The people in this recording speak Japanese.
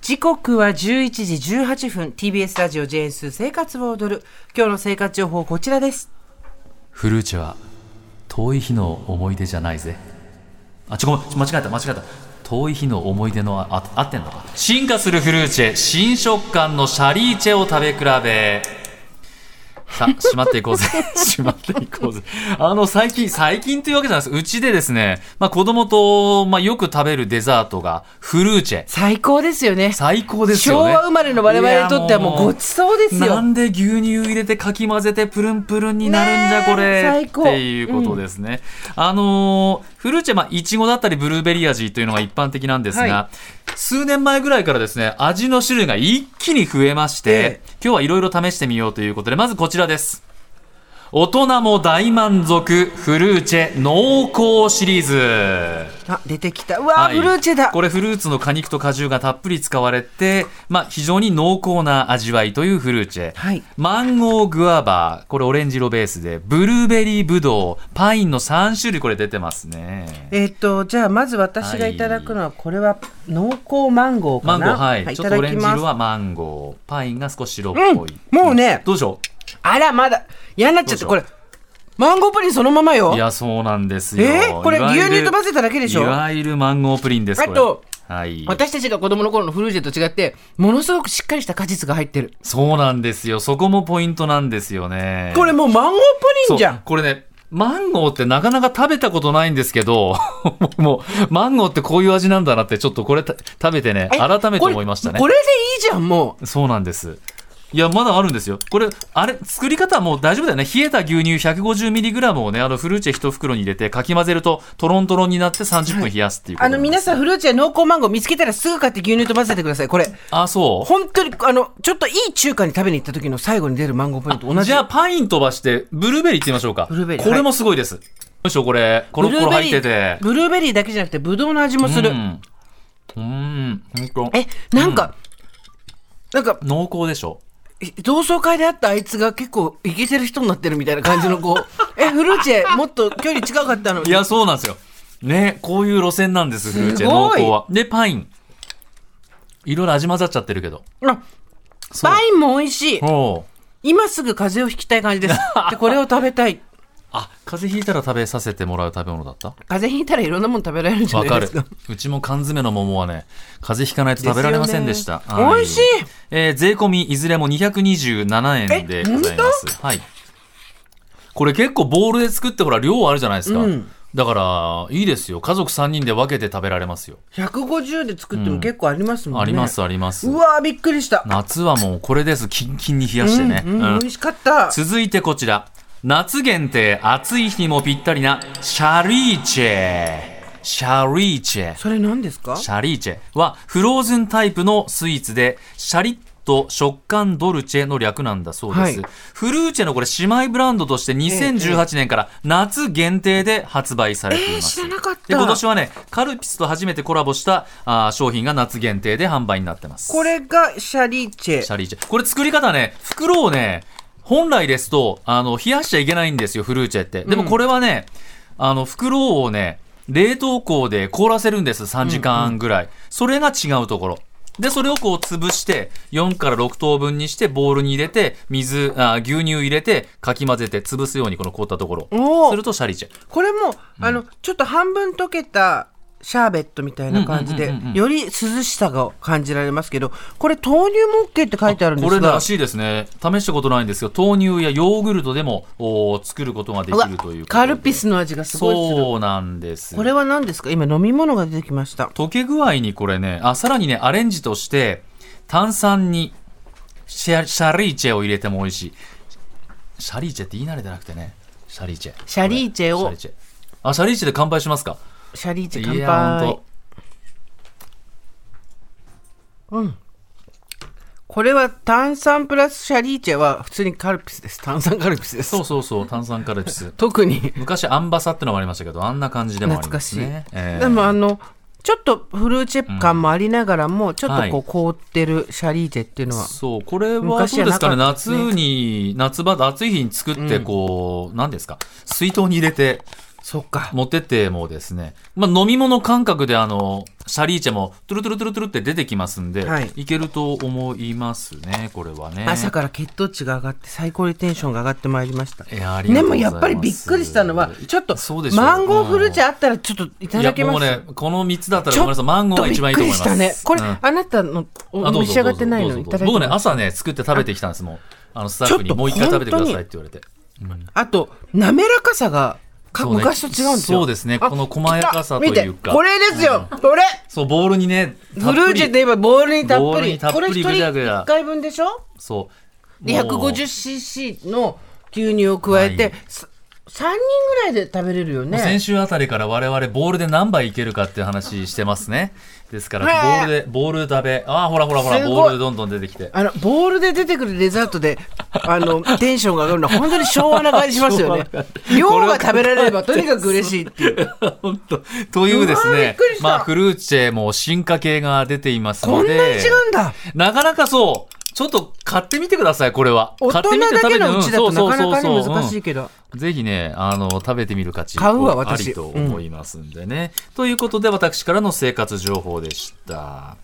時刻は11時18分 TBS ラジオ JS 生活を踊る今日の生活情報こちらですフルーチェは遠い日の思い出じゃないぜあちょごめんちょ間違えた間違えた遠い日の思い出のああ合ってんのか進化するフルーチェ新食感のシャリーチェを食べ比べさあ、閉まって いこうぜ。閉まっていこうぜ。あの、最近、最近というわけじゃないです。うちでですね、まあ子供と、まあよく食べるデザートが、フルーチェ。最高ですよね最高です昭よね。和生まれの我々にとってはもうごちそうですなよんで牛乳入れてかき混ぜてプルンプルンになるんじゃねえこれ、最高っていうことですね。あのーフルーチェ、まあ、いちごだったりブルーベリー味というのが一般的なんですが、は数年前ぐらいからですね、味の種類が一気に増えまして、え今日はいろいろ試してみようということで、まずこちらです。大人も大満足フルーチェ濃厚シリーズ。あ出てきたうわー、はいフルーチェだこれフルーツの果肉と果汁がたっぷり使われて、まあ、非常に濃厚な味わいというフルーチェ、はいマンゴーグアバこれオレンジ色ベースでブルーベリーブドウパインの3種類これ出てますねえっ、とじゃあまず私がいただくのはこれは濃厚マンゴーかマンゴーなはい、いちょったとオだレきンジます色はマンゴーパインが少し白っぽい、うんもうねどうでしょあらまだ嫌になっちゃったこれマンゴープリンそのままよういやそうなんですよえーこれいわゆる牛乳と混ぜただけでしょいわゆるマンゴープリンですこれあとはい、私たちが子供の頃のフルージェと違ってものすごくしっかりした果実が入ってるそうなんですよそこもポイントなんですよねこれもうマンゴープリンじゃそうんこれね、マンゴーってなかなか食べたことないんですけど、 もう、マンゴーってこういう味なんだなって、ちょっとこれた食べてね、え改めてこれ思いましたねこ。れでいいじゃんもうそうなんです。いや、まだあるんですよ。これ、あれ、作り方はもう大丈夫だよね。冷えた牛乳 150mg をね、あの、フルーチェ一袋に入れて、かき混ぜると、トロントロンになって30分冷やすっていうことあになのりま皆すさんフルーチェ濃厚マンゴー見つけたらすぐ買って牛乳と混ぜてくださいこれあ、そう。本当にあのちょっといい中華に食べに行った時の最後に出るマンゴープリンと同じじゃあ、パイン飛ばして、ブルーベリーいってみましょうか。ブルーベリーこれもすごいです。よいしょ、これ、コロッコロ入ってて。ブルーベリーブルーベリーだけじゃなくてブドウの味もする、うん。うん、ほんとえなんか、なんか濃厚でしょ同窓会で会ったあいつが結構イケてる人になってるみたいな感じの子 えフルーチェもっと距離近かったのいや、そうなんですよ。ね、こういう路線なんです、フルーチェ、すごい濃厚は。で、パイン。いろいろ味混ざっちゃってるけど。あそうパインも美味しいおう今すぐ風邪をひきたい感じですでこれを食べたいあ、風邪ひいたら食べさせてもらう食べ物だった風邪ひいたらいろんなもの食べられるんじゃわなかいでるすか。うちも缶詰の桃はね、風邪ひかないと食べられませんでした。ですよねは美味しいえー税込みいずれも227円でございます。はい。これ結構ボールで作ってほら、量あるじゃないですか。うんだから、いいですよ。家族3人で分けて食べられますよ。 150で作っても結構ありますもんね、あります、あります。うわーびっくりした、夏はもうこれです。キンキンに冷やしてね。うんうん美味しかった続いてこちら。夏限定、暑い日にもぴったりな、シャリーチェ。シャリーチェ。それ何ですかシャリーチェはフローズンタイプのスイーツで、シャリッと食感ドルチェの略なんだそうです。はいフルーチェのこれ姉妹ブランドとして2018年から夏限定で発売されています。えー知らなかったで、今年はね、カルピスと初めてコラボしたあー商品が夏限定で販売になってます。これがシャリーチェシャリーチェ。これ作り方ね、袋をね、本来ですと、あの、冷やしちゃいけないんですよ、フルーチェって。でもこれはね、あの、袋をね、冷凍庫で凍らせるんです、3時間ぐらい。それが違うところ。で、それをこう潰して、4から6等分にして、ボウルに入れて、水、あ牛乳入れて、かき混ぜて、潰すようにこの凍ったとこおろ。ーするとシャリーチェ。これも、あのちょっと半分溶けたシャーベットみたいな感じで、うんうんうんうんうんより涼しさが感じられますけどこれ豆乳も OK って書いてあるんでこすれがらしいですね。試したことないんですが、豆乳やヨーグルトでも、おー作ることがでうきわるということでカルピスの味がすごいするそうなんです。これは何ですか今飲み物が出てきました溶け具合にこれね、あ、さらにね、アレンジとして、炭酸にシャシャリーチェを入れても美味しい。シャリーチェって言い慣れてなくてね。シャリーチェ。シャリーチェをシャリーチェ。あ、シャリーチェで乾杯しますか。シャリーチェい乾やほん杯とこれは炭酸プラスシャリーチェは普通にカルピスです炭酸カルピスです。そうそうそう、炭酸カルピス特に昔アンバサってのもありましたけど、あんな感じでもあり懐かますしい、ね。えーでもあのちょっとフルーチェ感もありながらも、ちょっとこはう凍ってるシャリーチェっていうのはそう、これは昔そはうですかね、なかったです夏ねに、夏場、暑い日に作って、こう、何ですか、水筒に入れて、そっか持ってってもですね、まあ、飲み物感覚であの、シャリーチェもトゥルトゥルトゥルトゥルって出てきますんで、はいい、けると思いますねこれはね朝から血糖値が上がって最高にテンションが上がってまいりましたいやありがでとうもございまやすっぱりびっくりしたのはちょっとそうでしょうマンゴーフルーチェうんあったらちょっといたいだやけもまうすねこの3つだったらちごめょっんなとさいマンゴーがびっ一番いいくとり思いしますたねこれ、うんあなたのあおどうぞ召し上がってないのにいどうぞただどうぞ僕きねます朝ね作って食べてきたんですもんあのスタッちフにょっともう一回食べてくださいって言われてあと滑らかさがかそうね昔と違うんですよそうですねあこの細やかさというか来た見てこれですよ、これそうボールにねフルーチェといえばボールにたっボぷールりにたっぷりこれ一人ぐじゃぐじゃ1回分でしょそうで 150cc の牛乳を加えて、はいさ3人ぐらいで食べれるよね先週あたりから我々ボールで何杯いけるかっていう話してますね。ですから、はいボールで、ボール食べ。ああ、ほらほらほら、すごいボールどんどん出てきて。あのボールで出てくるデザートであのテンションが上がるのは本当に昭和な感じしますよね昭和な量が食べられればとにかく嬉しいっていう本当というですうわーびねっくりし、たまあ、フルーチェも進化系が出ていますこのんで、なに違うんだなかなかそう、ちょっと買ってみてください、これは。大買ってみ人てだ食べけてのうちだとんなそうかなかそうねそう難しういんけどぜひね、あの、食べてみる価値買うわあ私りと思いますんでね。ということで、私からの生活情報でした。